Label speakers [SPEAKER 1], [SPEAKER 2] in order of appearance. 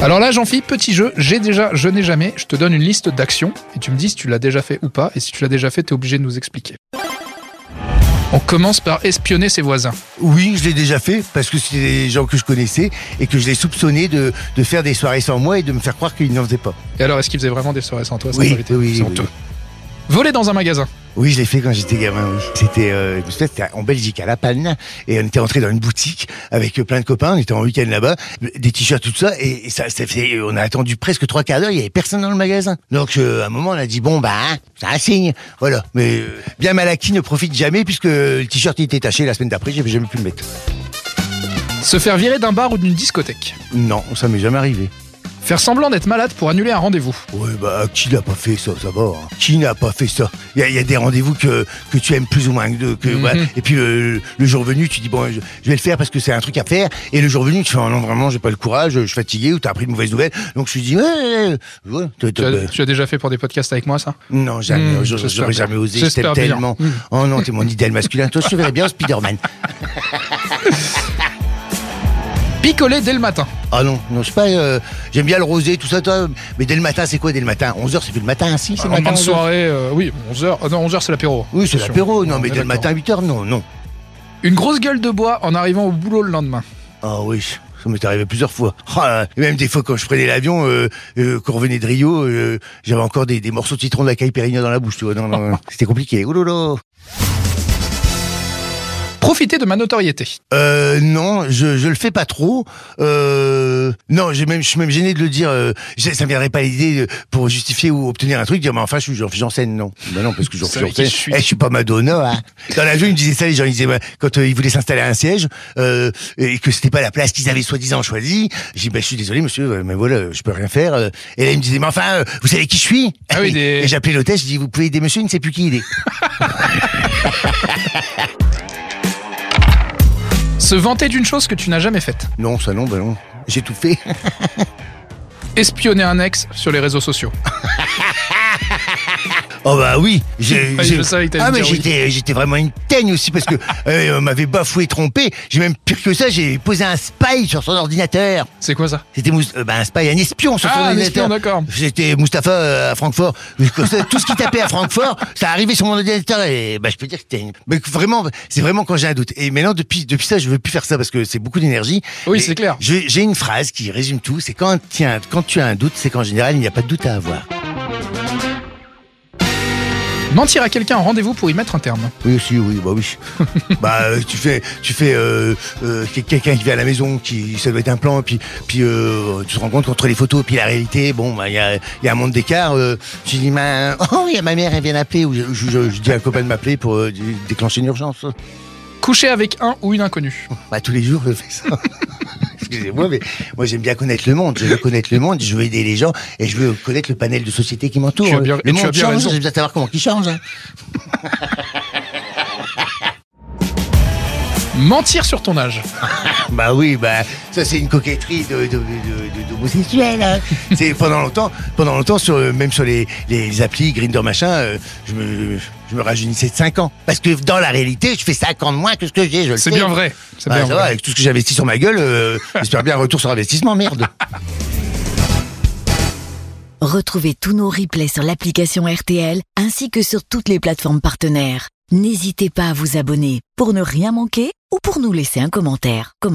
[SPEAKER 1] Alors là, Jean-Philippe, petit jeu. J'ai déjà, je n'ai jamais. Je te donne une liste d'actions et tu me dis si tu l'as déjà fait ou pas. Et si tu l'as déjà fait, t'es obligé de nous expliquer. On commence par espionner ses voisins.
[SPEAKER 2] Oui, je l'ai déjà fait parce que c'est des gens que je connaissais et que je les soupçonnais de, de faire des soirées sans moi et de me faire croire qu'ils n'en faisaient pas.
[SPEAKER 1] Et alors, est-ce qu'il faisait vraiment des soirées sans toi sans
[SPEAKER 2] Oui,
[SPEAKER 1] t'inviter
[SPEAKER 2] oui, oui,
[SPEAKER 1] C'est
[SPEAKER 2] oui.
[SPEAKER 1] honteux. Voler dans un magasin.
[SPEAKER 2] Oui, je l'ai fait quand j'étais gamin. Oui. C'était, euh, je me souviens, c'était en Belgique, à La Panne, et on était entré dans une boutique avec euh, plein de copains. On était en week-end là-bas, des t-shirts, tout ça, et, et ça, ça fait, on a attendu presque trois quarts d'heure. Il y avait personne dans le magasin. Donc, euh, à un moment, on a dit bon bah, c'est un signe, voilà. Mais euh, bien Malaki ne profite jamais puisque le t-shirt il était taché la semaine d'après. J'ai jamais pu le mettre.
[SPEAKER 1] Se faire virer d'un bar ou d'une discothèque.
[SPEAKER 2] Non, ça m'est jamais arrivé.
[SPEAKER 1] Faire semblant d'être malade pour annuler un rendez-vous.
[SPEAKER 2] Ouais, bah, qui n'a pas fait ça, ça va. hein. Qui n'a pas fait ça Il y, a- il y a des rendez-vous que, que tu aimes plus ou moins que deux. Que,
[SPEAKER 1] Mhm.
[SPEAKER 2] voilà. Et puis, le, le jour venu, tu dis, bon, je, je vais le faire parce que c'est un truc à faire. Et le jour venu, tu fais, oh non, vraiment, j'ai pas le courage, je suis fatigué ou t'as appris de mauvaises nouvelles. Donc, je suis dis, ouais, ouais, ouais, voilà. T'as-
[SPEAKER 1] Tu
[SPEAKER 2] t'as- bah,
[SPEAKER 1] as, tu as déjà fait pour des podcasts avec moi, ça
[SPEAKER 2] Non, jamais,
[SPEAKER 1] Mmh,
[SPEAKER 2] j'aurais-
[SPEAKER 1] j'espère
[SPEAKER 2] j'aurais
[SPEAKER 1] bien.
[SPEAKER 2] jamais osé, je
[SPEAKER 1] J'espère
[SPEAKER 2] t'aime
[SPEAKER 1] bien.
[SPEAKER 2] tellement.
[SPEAKER 1] Mmh.
[SPEAKER 2] Oh non, t'es mon idéal masculin. Toi, je te verrais bien, Spider-Man.
[SPEAKER 1] Picoler dès le matin.
[SPEAKER 2] Ah non, non, je sais pas, euh, j'aime bien le rosé, tout ça, toi. Mais dès le matin, c'est quoi dès le matin 11h, c'est plus le matin, si, c'est le
[SPEAKER 1] En fin
[SPEAKER 2] matin.
[SPEAKER 1] de
[SPEAKER 2] 11 heures
[SPEAKER 1] Ah, soirée, euh, oui, 11h. non, 11h, c'est l'apéro.
[SPEAKER 2] Oui, c'est
[SPEAKER 1] Attention.
[SPEAKER 2] l'apéro. Non,
[SPEAKER 1] On
[SPEAKER 2] mais
[SPEAKER 1] est
[SPEAKER 2] dès le
[SPEAKER 1] d'accord.
[SPEAKER 2] matin, 8h, non, non.
[SPEAKER 1] Une grosse gueule de bois en arrivant au boulot le lendemain.
[SPEAKER 2] Ah oui, ça m'est arrivé plusieurs fois. Ah là là. Et même des fois quand je prenais l'avion, euh, euh, quand on revenait de Rio, euh, j'avais encore des, des morceaux de citron de la caille Pérignon dans la bouche, tu vois. Non, non, non. c'était compliqué. Oulolo.
[SPEAKER 1] Profiter de ma notoriété.
[SPEAKER 2] Euh, non, je, je le fais pas trop. Euh, non, j'ai même, je suis même gêné de le dire. euh, j'ai- ça me viendrait pas l'idée euh, pour justifier ou obtenir un truc, dire mais enfin je suis Jean- Janssen, non. Bah non, parce que Jean
[SPEAKER 1] Vous savez
[SPEAKER 2] Janssen,
[SPEAKER 1] qui je suis.
[SPEAKER 2] eh, je suis pas Madonna. Hein. Dans l'avion, ils me disaient ça, les gens, ils disaient bah, quand euh, ils voulaient s'installer à un siège euh, et que c'était pas la place qu'ils avaient soi-disant choisie. J'ai dit bah, je suis désolé monsieur, euh, mais voilà, je peux rien faire. euh. Et là ils me disaient mais enfin, euh, vous savez qui je suis
[SPEAKER 1] Ah oui, des-
[SPEAKER 2] Et j'appelais l'hôtesse, je dis vous pouvez aider monsieur, il ne sait plus qui il est.
[SPEAKER 1] Se vanter d'une chose que tu n'as jamais faite.
[SPEAKER 2] non, ça non, bah non, j'ai tout fait.
[SPEAKER 1] Espionner un ex sur les réseaux sociaux. Ah,
[SPEAKER 2] Oh bah oui, j'ai
[SPEAKER 1] Ah, je
[SPEAKER 2] j'ai-
[SPEAKER 1] savais que t'allais
[SPEAKER 2] ah
[SPEAKER 1] me
[SPEAKER 2] mais
[SPEAKER 1] dire oui.
[SPEAKER 2] j'étais j'étais vraiment une teigne aussi parce que euh, on m'avait bafoué, trompé. J'ai même pire que ça, j'ai posé un spy sur son ordinateur.
[SPEAKER 1] C'est quoi ça
[SPEAKER 2] C'était Mous- euh, bah, un spy, un espion sur son
[SPEAKER 1] Ah, un
[SPEAKER 2] ordinateur.
[SPEAKER 1] espion, d'accord.
[SPEAKER 2] J'étais Mustapha euh, à Francfort. Comme ça, Tout ce qui tapait à Francfort, ça arrivait sur mon ordinateur et bah je peux dire que c'était une- mais que vraiment c'est vraiment quand j'ai un doute. Et maintenant depuis depuis ça, je veux plus faire ça parce que c'est beaucoup d'énergie.
[SPEAKER 1] Oui,
[SPEAKER 2] Mais
[SPEAKER 1] c'est clair.
[SPEAKER 2] J'ai j'ai une phrase qui résume tout, c'est quand tiens, quand tu as un doute, c'est qu'en général, il n'y a pas de doute à avoir.
[SPEAKER 1] Mentir à quelqu'un en rendez-vous pour y mettre un terme.
[SPEAKER 2] Oui aussi, oui, bah oui. bah euh, tu fais, tu fais euh, euh, quel- quelqu'un qui vient à la maison, qui ça doit être un plan, et puis puis euh, tu te rends compte qu'entre les photos et puis la réalité, bon bah il y a, il y a un monde d'écart. euh, tu dis bah, oh il y a ma mère, elle vient d'appeler, ou je, je- je- je dis à un copain de m'appeler pour euh, dé- déclencher une urgence.
[SPEAKER 1] Coucher avec un ou une inconnue.
[SPEAKER 2] Bah tous les jours je fais ça. Excusez-moi, mais moi j'aime bien connaître le monde. Je veux connaître le monde, je veux aider les gens et je veux connaître le panel de société qui m'entoure.
[SPEAKER 1] Tu as bien- et
[SPEAKER 2] le
[SPEAKER 1] tu as
[SPEAKER 2] monde
[SPEAKER 1] bien
[SPEAKER 2] change,
[SPEAKER 1] raison.
[SPEAKER 2] j'ai besoin de savoir comment il change. hein.
[SPEAKER 1] Mentir sur ton âge.
[SPEAKER 2] Bah oui, bah ça c'est une coquetterie de, de, de, de- d'homosexuel, hein. c'est pendant longtemps, pendant longtemps sur euh, même sur les, les, applis Grinder machin, euh, je me je me rajeunissais de 5 ans parce que dans la réalité, je fais 5 ans de moins que ce que j'ai, je le
[SPEAKER 1] C'est
[SPEAKER 2] sais.
[SPEAKER 1] bien vrai. C'est
[SPEAKER 2] Ouais,
[SPEAKER 1] bien
[SPEAKER 2] ça
[SPEAKER 1] vrai.
[SPEAKER 2] va, avec tout ce que j'investis sur ma gueule, euh, j'espère bien un retour sur investissement, merde.
[SPEAKER 3] Retrouvez tous nos replays sur l'application RTL ainsi que sur toutes les plateformes partenaires. N'hésitez pas à vous abonner pour ne rien manquer ou pour nous laisser un commentaire. Comment-